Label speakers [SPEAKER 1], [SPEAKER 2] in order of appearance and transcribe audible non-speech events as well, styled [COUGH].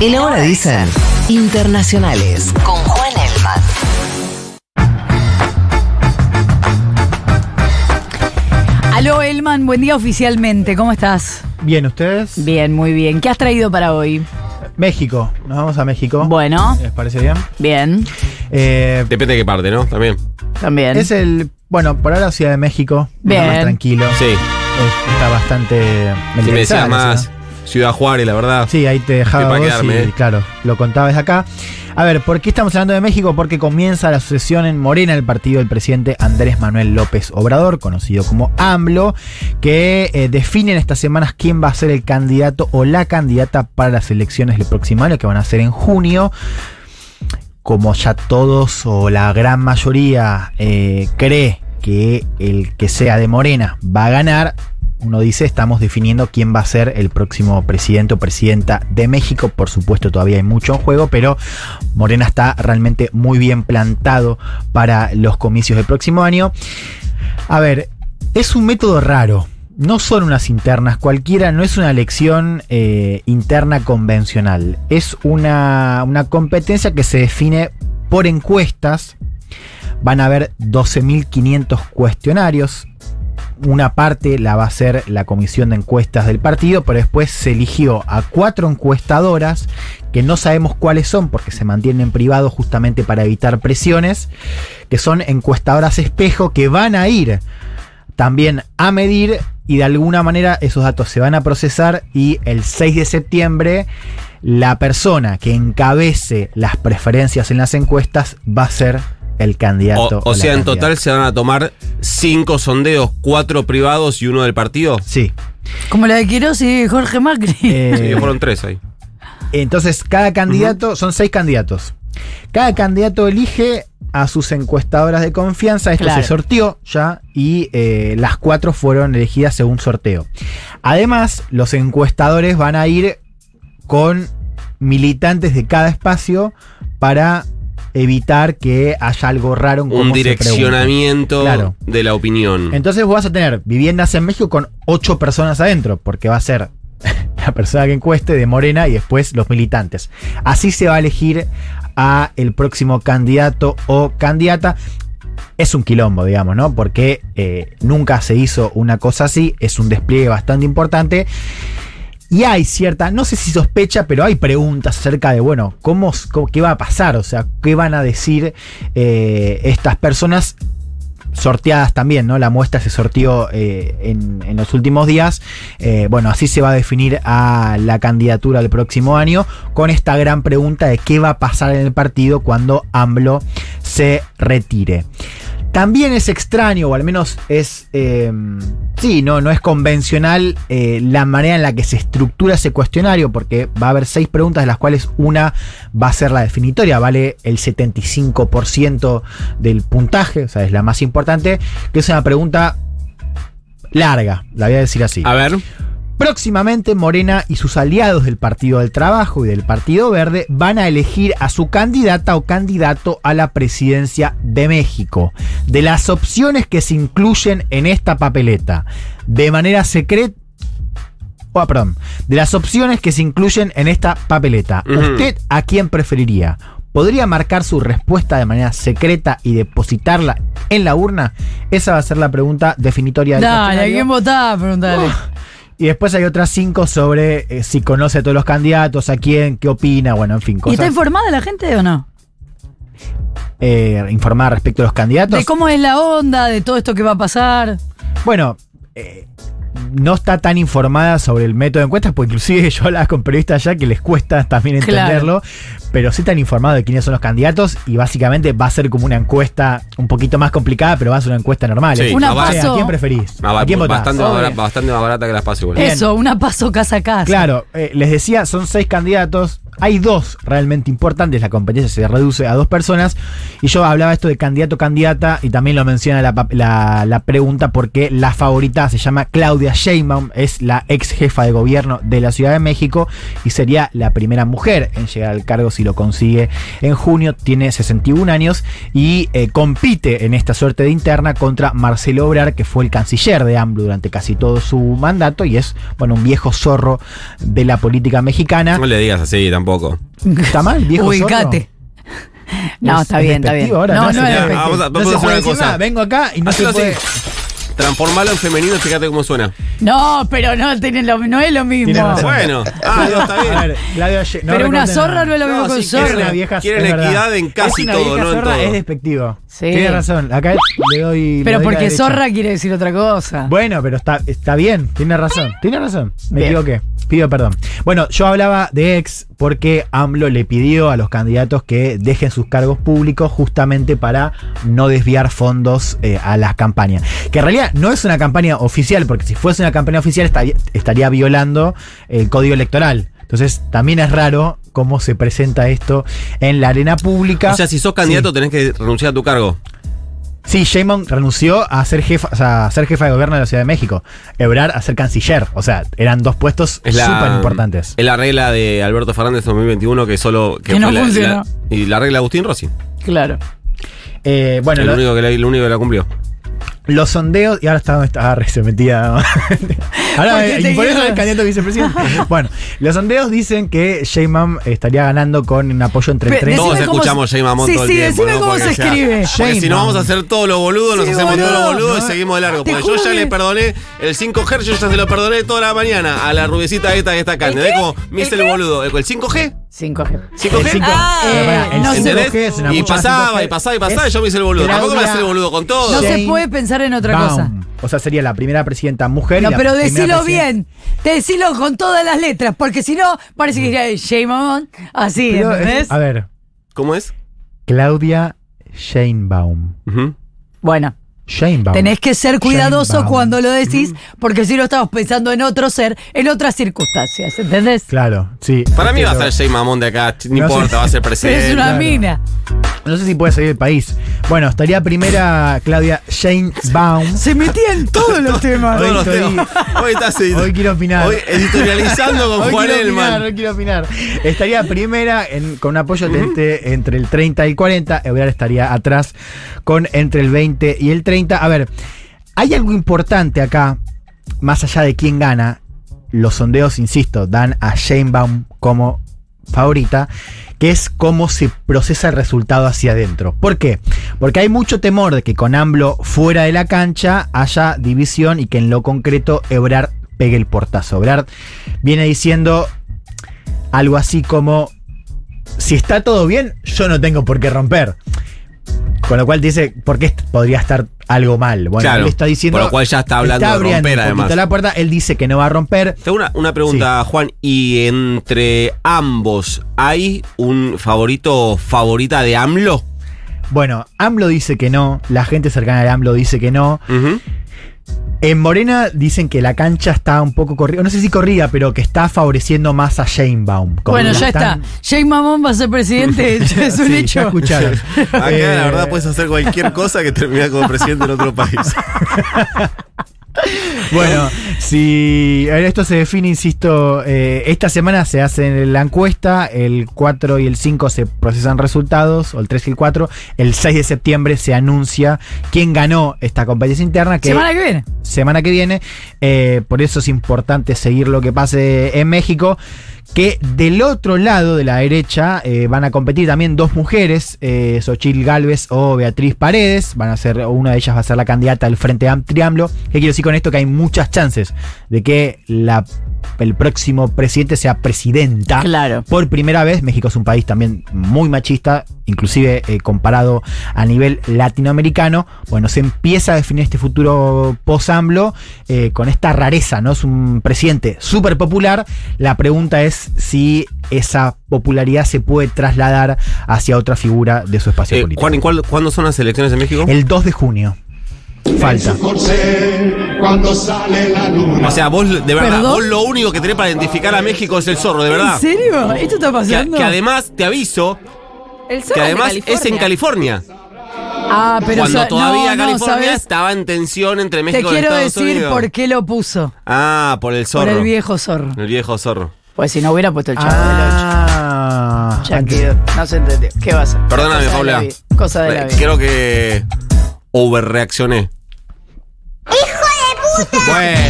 [SPEAKER 1] En Ahora Dicen Internacionales con Juan Elman.
[SPEAKER 2] Aló Elman, buen día oficialmente, ¿cómo estás?
[SPEAKER 3] Bien, ¿ustedes?
[SPEAKER 2] Bien, muy bien. ¿Qué has traído para hoy?
[SPEAKER 3] México, nos vamos a México.
[SPEAKER 2] Bueno,
[SPEAKER 3] ¿Les parece bien?
[SPEAKER 2] bien,
[SPEAKER 3] Eh,
[SPEAKER 4] Depende de qué parte, ¿no? También.
[SPEAKER 2] también.
[SPEAKER 3] es el, bueno, por ahora Ciudad de México,
[SPEAKER 2] Bien.
[SPEAKER 3] está más tranquilo,
[SPEAKER 4] Sí.
[SPEAKER 3] es- está bastante
[SPEAKER 4] Si me
[SPEAKER 3] militarizada
[SPEAKER 4] decías
[SPEAKER 3] la
[SPEAKER 4] más
[SPEAKER 3] ciudad.
[SPEAKER 4] Ciudad Juárez, la verdad.
[SPEAKER 3] Sí, ahí te dejaba
[SPEAKER 4] Estoy
[SPEAKER 3] vos
[SPEAKER 4] para quedarme,
[SPEAKER 3] y
[SPEAKER 4] eh.
[SPEAKER 3] claro, lo contabas acá. A ver, ¿por qué estamos hablando de México? Porque comienza la sucesión en Morena el partido del presidente Andrés Manuel López Obrador, conocido como AMLO, que eh, define en estas semanas quién va a ser el candidato o la candidata para las elecciones del próximo año, que van a ser en junio. como ya todos o la gran mayoría eh, cree que el que sea de Morena va a ganar, uno dice estamos definiendo quién va a ser el próximo presidente o presidenta de México. Por supuesto todavía hay mucho en juego, pero Morena está realmente muy bien plantado para los comicios del próximo año. A ver, es un método raro. No son unas internas cualquiera, no es una elección eh, interna convencional. Es una, una competencia que se define por encuestas. Van a haber 12.500 cuestionarios. Una parte la va a hacer la comisión de encuestas del partido, pero después se eligió a cuatro encuestadoras que no sabemos cuáles son porque se mantienen privados justamente para evitar presiones, que son encuestadoras espejo que van a ir también a medir y de alguna manera esos datos se van a procesar y el 6 de septiembre la persona que encabece las preferencias en las encuestas va a ser el
[SPEAKER 4] O,
[SPEAKER 3] candidato.
[SPEAKER 4] o
[SPEAKER 3] la
[SPEAKER 4] sea, en
[SPEAKER 3] candidata.
[SPEAKER 4] total se van a tomar cinco sondeos, cuatro privados y uno del partido.
[SPEAKER 3] Sí.
[SPEAKER 2] Como la de Quirós y Jorge Macri.
[SPEAKER 3] eh,
[SPEAKER 4] Sí, fueron tres ahí.
[SPEAKER 3] Entonces, cada candidato, son seis candidatos. Cada candidato elige a sus encuestadoras de confianza. Esto
[SPEAKER 2] Claro.
[SPEAKER 3] se sorteó ya y eh, las cuatro fueron elegidas según sorteo. Además, los encuestadores van a ir con militantes de cada espacio para evitar que haya algo raro en cómo
[SPEAKER 4] Un
[SPEAKER 3] se pregunta.
[SPEAKER 4] direccionamiento
[SPEAKER 3] Claro.
[SPEAKER 4] de la opinión.
[SPEAKER 3] Entonces vos vas a tener viviendas en México con ocho personas adentro, porque va a ser [LAUGHS] la persona que encueste de Morena y después los militantes. Así se va a elegir a el próximo candidato o candidata. Es un quilombo, digamos, ¿no? Porque eh, nunca se hizo una cosa así, es un despliegue bastante importante. Y hay cierta, no sé si sospecha, pero hay preguntas acerca de, bueno, ¿cómo, cómo- qué va a pasar? O sea, ¿qué van a decir eh, estas personas? Sorteadas también, ¿no? La muestra se sortió eh, en, en los últimos días. Eh, bueno, así se va a definir a la candidatura del próximo año con esta gran pregunta de qué va a pasar en el partido cuando AMLO se retire. También es extraño, o al menos es. eh, sí, no, no es convencional eh, la manera en la que se estructura ese cuestionario, porque va a haber seis preguntas, de las cuales una va a ser la definitoria, vale el 75% del puntaje, o sea, es la más importante, que es una pregunta larga, la voy a decir así.
[SPEAKER 4] A ver,
[SPEAKER 3] Próximamente Morena y sus aliados del Partido del Trabajo y del Partido Verde van a elegir a su candidata o candidato a la presidencia de México. De las opciones que se incluyen en esta papeleta, de manera secreta... Oh, perdón. De las opciones que se incluyen en esta papeleta,
[SPEAKER 4] Ujú.
[SPEAKER 3] ¿usted a quién preferiría? ¿Podría marcar su respuesta de manera secreta y depositarla en la urna? Esa va a ser la pregunta definitoria
[SPEAKER 2] [LAUGHS]
[SPEAKER 3] del
[SPEAKER 2] Dale, ¿a
[SPEAKER 3] cuestionario.
[SPEAKER 2] quién votás? Preguntale.
[SPEAKER 3] Y después hay otras cinco sobre eh, si conoce a todos los candidatos, a quién, qué opina, bueno, en fin,
[SPEAKER 2] ¿Y está
[SPEAKER 3] cosas
[SPEAKER 2] informada la gente o no?
[SPEAKER 3] eh, informadas respecto a los candidatos.
[SPEAKER 2] De cómo es la onda, de todo esto que va a pasar.
[SPEAKER 3] Bueno, eh, no está tan informada sobre el método de encuestas, porque inclusive [LAUGHS] yo hablaba con periodistas ya que les cuesta también
[SPEAKER 2] Claro.
[SPEAKER 3] entenderlo, pero sí están informados de quiénes son los candidatos y básicamente va a ser como una encuesta un poquito más complicada, pero va a ser una encuesta normal.
[SPEAKER 4] Sí,
[SPEAKER 3] Es,
[SPEAKER 2] Una
[SPEAKER 4] no,
[SPEAKER 3] "Che, ¿A
[SPEAKER 2] paso.
[SPEAKER 3] quién preferís?
[SPEAKER 4] no,
[SPEAKER 3] ¿A quién votás?". Eh.
[SPEAKER 4] bastante, más
[SPEAKER 2] Obvio.
[SPEAKER 4] barata, bastante más barata que las paso igual.
[SPEAKER 3] Bien.
[SPEAKER 2] Eso, una paso casa a casa.
[SPEAKER 3] Claro, eh, les decía, son seis candidatos. Hay dos realmente importantes. La competencia se reduce a dos personas. Y yo hablaba esto de candidato-candidata y también lo menciona la, pa- la- la pregunta porque la favorita se llama Claudia Sheinbaum. Es la ex jefa de gobierno de la Ciudad de México y sería la primera mujer en llegar al cargo si lo consigue en junio. Tiene 61 años y eh, compite en esta suerte de interna contra Marcelo Obrar, que fue el canciller de AMLO durante casi todo su mandato y es, bueno, un viejo zorro de la política mexicana.
[SPEAKER 4] No le digas así tampoco.
[SPEAKER 3] ¿Está mal, viejo
[SPEAKER 2] Ubicate. [LAUGHS] No,
[SPEAKER 3] Es-
[SPEAKER 2] está
[SPEAKER 3] es
[SPEAKER 2] bien, está bien.
[SPEAKER 3] despectivo ahora,
[SPEAKER 2] no,
[SPEAKER 3] ¿no?
[SPEAKER 2] no es
[SPEAKER 3] Señora,
[SPEAKER 2] despectivo.
[SPEAKER 4] vamos a-
[SPEAKER 3] zorro? No se
[SPEAKER 4] hacer
[SPEAKER 3] puede
[SPEAKER 4] una
[SPEAKER 3] decir
[SPEAKER 4] cosa.
[SPEAKER 3] nada, vengo acá y no se
[SPEAKER 4] Hazlo así.
[SPEAKER 3] puede...
[SPEAKER 4] Transformalo en femenino y fíjate
[SPEAKER 3] [LAUGHS]
[SPEAKER 4] cómo suena.
[SPEAKER 2] No, pero no, tiene lo- no es lo mismo.
[SPEAKER 3] Tiene razón.
[SPEAKER 4] Bueno, ah, no, está
[SPEAKER 3] A
[SPEAKER 4] bien.
[SPEAKER 3] ver, Gladys Valle- no
[SPEAKER 2] pero una
[SPEAKER 3] reconoce
[SPEAKER 2] zorra
[SPEAKER 3] nada.
[SPEAKER 2] no es lo mismo
[SPEAKER 4] No,
[SPEAKER 2] que un
[SPEAKER 4] sí, quieren
[SPEAKER 3] Es una
[SPEAKER 2] zorro.
[SPEAKER 3] vieja-
[SPEAKER 4] Quieren
[SPEAKER 3] es verdad.
[SPEAKER 4] equidad en casi
[SPEAKER 3] Es una
[SPEAKER 4] todo,
[SPEAKER 3] vieja
[SPEAKER 4] no en
[SPEAKER 3] zorra
[SPEAKER 4] todo.
[SPEAKER 3] Es despectivo.
[SPEAKER 2] Sí.
[SPEAKER 3] Tiene razón. Acá le doy. le
[SPEAKER 2] Pero
[SPEAKER 3] doy la
[SPEAKER 2] porque
[SPEAKER 3] derecha.
[SPEAKER 2] zorra quiere decir otra cosa.
[SPEAKER 3] Bueno, pero está, está bien, tiene razón, tiene razón. Me
[SPEAKER 2] Bien.
[SPEAKER 3] equivoqué, pido perdón. Bueno, yo hablaba de ex porque AMLO le pidió a los candidatos que dejen sus cargos públicos justamente para no desviar fondos eh, a las campañas. Que en realidad no es una campaña oficial, porque si fuese una campaña oficial estaría, estaría violando el código electoral. Entonces también es raro cómo se presenta esto en la arena pública.
[SPEAKER 4] O sea, si sos candidato tenés que renunciar a tu cargo.
[SPEAKER 3] Sí, Sheinbaum renunció a ser jefa, o sea, a ser jefa de gobierno de la Ciudad de México. Ebrar a ser canciller. O sea, eran dos puestos
[SPEAKER 4] Es la-
[SPEAKER 3] súper importantes.
[SPEAKER 4] Es la regla de Alberto Fernández 2021 que solo...
[SPEAKER 2] Que no
[SPEAKER 4] fue la-
[SPEAKER 2] funcionó.
[SPEAKER 4] la- y la regla de Agustín Rossi.
[SPEAKER 2] Claro.
[SPEAKER 3] Eh, bueno,
[SPEAKER 4] el,
[SPEAKER 3] lo-
[SPEAKER 4] único que la, el único que la cumplió.
[SPEAKER 3] los sondeos. Y ahora está donde está. Ah, re, se
[SPEAKER 4] [LAUGHS]
[SPEAKER 3] metía. ahora,
[SPEAKER 2] Porque
[SPEAKER 3] eh,
[SPEAKER 2] te
[SPEAKER 3] y por eso
[SPEAKER 2] guías.
[SPEAKER 3] es candidato a vicepresidente. bueno, los sondeos dicen que Sheinbaum estaría ganando con un apoyo entre
[SPEAKER 2] Pe-
[SPEAKER 3] 30
[SPEAKER 2] decime
[SPEAKER 4] Todos
[SPEAKER 2] cómo
[SPEAKER 4] escuchamos
[SPEAKER 2] se-
[SPEAKER 4] Jay Mamón
[SPEAKER 2] Sí,
[SPEAKER 4] todo el
[SPEAKER 2] sí,
[SPEAKER 4] tiempo.
[SPEAKER 2] decime
[SPEAKER 4] ¿no?
[SPEAKER 2] cómo
[SPEAKER 4] Porque,
[SPEAKER 2] se
[SPEAKER 4] o sea,
[SPEAKER 2] escribe.
[SPEAKER 4] Porque si
[SPEAKER 3] Shane
[SPEAKER 4] no
[SPEAKER 3] Mamón.
[SPEAKER 4] vamos a hacer todos los boludos, nos
[SPEAKER 2] Sí,
[SPEAKER 4] hacemos todos los
[SPEAKER 2] boludo.
[SPEAKER 4] boludos y seguimos de largo.
[SPEAKER 2] Te
[SPEAKER 4] Porque yo ya
[SPEAKER 2] juro
[SPEAKER 4] le
[SPEAKER 2] que-
[SPEAKER 4] perdoné el 5G, yo ya se lo perdoné toda la mañana a la rubiecita esta que está acá.
[SPEAKER 2] ¿El
[SPEAKER 4] ¿Entendés
[SPEAKER 2] qué?
[SPEAKER 4] cómo me hice
[SPEAKER 2] ¿El
[SPEAKER 4] el
[SPEAKER 2] qué?
[SPEAKER 4] boludo? ¿El 5G?
[SPEAKER 2] 5G.
[SPEAKER 3] El 5G.
[SPEAKER 4] 5G.
[SPEAKER 2] Ah,
[SPEAKER 3] Pero Eh, pará, el
[SPEAKER 2] no sé.
[SPEAKER 3] 5G
[SPEAKER 4] ¿Entendés?
[SPEAKER 3] es una
[SPEAKER 4] y
[SPEAKER 3] mucho más
[SPEAKER 4] pasaba,
[SPEAKER 3] 5G.
[SPEAKER 4] y pasaba, y pasaba,
[SPEAKER 3] Es
[SPEAKER 4] y yo me hice el boludo. Tampoco me
[SPEAKER 3] Claudia
[SPEAKER 4] hice el boludo con todo.
[SPEAKER 2] No se
[SPEAKER 3] Jane
[SPEAKER 2] puede pensar en otra
[SPEAKER 3] Baum.
[SPEAKER 2] cosa.
[SPEAKER 3] O sea, sería la primera presidenta mujer. y
[SPEAKER 2] No,
[SPEAKER 3] la
[SPEAKER 2] pero
[SPEAKER 3] primera
[SPEAKER 2] decilo
[SPEAKER 3] presidenta-
[SPEAKER 2] bien. Te decilo con todas las letras, porque si no, parece que diría Jay Mamón. Así,
[SPEAKER 3] Pero, eh,
[SPEAKER 2] ¿entendés?
[SPEAKER 3] a ver,
[SPEAKER 4] ¿Cómo es?
[SPEAKER 3] Claudia Sheinbaum.
[SPEAKER 4] Ujú.
[SPEAKER 2] Bueno,
[SPEAKER 3] Sheinbaum.
[SPEAKER 2] tenés que ser cuidadoso
[SPEAKER 3] Sheinbaum.
[SPEAKER 2] cuando lo decís, porque si no estamos pensando en otro ser, en otras circunstancias, ¿entendés?
[SPEAKER 3] Claro, sí.
[SPEAKER 4] Para mí va a
[SPEAKER 3] Pero-
[SPEAKER 4] ser Jay Mamón de acá, ch- [LAUGHS] no
[SPEAKER 3] No
[SPEAKER 4] importa,
[SPEAKER 3] sé.
[SPEAKER 4] va a ser
[SPEAKER 2] Pero
[SPEAKER 4] presidente.
[SPEAKER 2] es una
[SPEAKER 3] claro.
[SPEAKER 2] mina.
[SPEAKER 3] No sé si puede salir del país. Bueno, estaría primera Claudia Sheinbaum.
[SPEAKER 2] Se metía en todos
[SPEAKER 3] [LAUGHS]
[SPEAKER 2] los temas.
[SPEAKER 4] Todos los
[SPEAKER 3] Hoy estoy-
[SPEAKER 4] temas. [LAUGHS] Hoy estás edit-
[SPEAKER 3] Hoy quiero opinar.
[SPEAKER 4] hoy editorializando con
[SPEAKER 3] Hoy
[SPEAKER 4] Juan
[SPEAKER 3] quiero opinar,
[SPEAKER 4] Elman.
[SPEAKER 3] hoy quiero opinar. Estaría primera en- con un apoyo de entre, entre el 30 y el 40. Ebrar estaría atrás con entre el 20 y el 30. A ver, hay algo importante acá, más allá de quién gana. Los sondeos, insisto, dan a Sheinbaum como favorita, que es cómo se procesa el resultado hacia adentro. ¿Por qué? Porque hay mucho temor de que con AMLO fuera de la cancha haya división y que en lo concreto Ebrard pegue el portazo. Ebrard viene diciendo algo así como, si está todo bien, yo no tengo por qué romper. Con lo cual dice, ¿por qué est- podría estar algo mal? Bueno,
[SPEAKER 4] Claro,
[SPEAKER 3] él está diciendo...
[SPEAKER 4] por lo cual ya está hablando de romper,
[SPEAKER 3] abriendo un poquito
[SPEAKER 4] además.
[SPEAKER 3] la puerta, él dice que no va a romper.
[SPEAKER 4] Tengo una, una pregunta, Juan. ¿Y entre ambos hay un favorito o favorita de AMLO?
[SPEAKER 3] Bueno, AMLO dice que no, la gente cercana de AMLO dice que no.
[SPEAKER 4] Ujú.
[SPEAKER 3] En Morena dicen que la cancha está un poco corrida, no sé si corrida, pero que está favoreciendo más a Sheinbaum. Como
[SPEAKER 2] Bueno,
[SPEAKER 3] la
[SPEAKER 2] ya está.
[SPEAKER 3] están-
[SPEAKER 2] Jay Mamón va a ser presidente, ya es un
[SPEAKER 3] [LAUGHS] Sí, ya
[SPEAKER 2] hecho.
[SPEAKER 3] escucharon.
[SPEAKER 4] [LAUGHS] Acá,
[SPEAKER 3] Eh,
[SPEAKER 4] la verdad, pues, puedes hacer cualquier cosa que termina como presidente en otro país. [LAUGHS]
[SPEAKER 3] Bueno, si a ver, esto se define, insisto, eh, esta semana se hace la encuesta, el 4 y el 5 se procesan resultados, o el 3 y el 4, el 6 de septiembre se anuncia quién ganó esta competencia interna, que
[SPEAKER 2] Semana que viene.
[SPEAKER 3] semana que viene. Eh, por eso es importante seguir lo que pase en México. Que del otro lado de la derecha eh, van a competir también dos mujeres, eh, Xochitl Galvez o Beatriz Paredes. Van a ser, una de ellas va a ser la candidata del Frente Am- Triamblo. ¿Qué quiero decir con esto? Que hay muchas chances de que la, el próximo presidente sea presidenta.
[SPEAKER 2] Claro.
[SPEAKER 3] Por primera vez, México es un país también muy machista, inclusive eh, comparado a nivel latinoamericano. Bueno, se empieza a definir este futuro posamblo con esta rareza, ¿no? Es un presidente súper popular. La pregunta es si esa popularidad se puede trasladar hacia otra figura de su espacio
[SPEAKER 4] Eh,
[SPEAKER 3] político.
[SPEAKER 4] Juan, ¿y cuál- ¿cuándo son las elecciones en México?
[SPEAKER 3] El 2 de junio. Falta.
[SPEAKER 5] su corcel cuando sale la luna.
[SPEAKER 4] O sea, vos, de verdad,
[SPEAKER 2] ¿Perdón?
[SPEAKER 4] vos lo único que tenés para identificar a México es el zorro, de verdad.
[SPEAKER 2] ¿En serio? ¿Esto está
[SPEAKER 4] Que,
[SPEAKER 2] pasando?
[SPEAKER 4] que además, te aviso,
[SPEAKER 6] El sol
[SPEAKER 4] que
[SPEAKER 6] es de
[SPEAKER 4] además es en California.
[SPEAKER 2] ah, pero
[SPEAKER 4] cuando
[SPEAKER 2] sa-
[SPEAKER 4] todavía
[SPEAKER 2] no, no,
[SPEAKER 4] California
[SPEAKER 2] ¿sabes?
[SPEAKER 4] estaba en tensión entre
[SPEAKER 2] Te
[SPEAKER 4] México y
[SPEAKER 2] quiero
[SPEAKER 4] Estados
[SPEAKER 2] decir
[SPEAKER 4] Unidos.
[SPEAKER 2] por qué lo puso.
[SPEAKER 4] Ah, por el zorro.
[SPEAKER 2] Por el viejo zorro.
[SPEAKER 4] El viejo zorro.
[SPEAKER 2] Pues si no hubiera puesto el chavo
[SPEAKER 3] Ah,
[SPEAKER 2] del 8. Ya quedó. No se entendió. ¿Qué va a ser?
[SPEAKER 4] Perdóname,
[SPEAKER 2] Cosa de
[SPEAKER 4] Paula.
[SPEAKER 2] la vida. Cosa de la
[SPEAKER 4] Eh,
[SPEAKER 2] vida.
[SPEAKER 4] Creo que overreaccioné. ¡Hijo de puta! Bueno.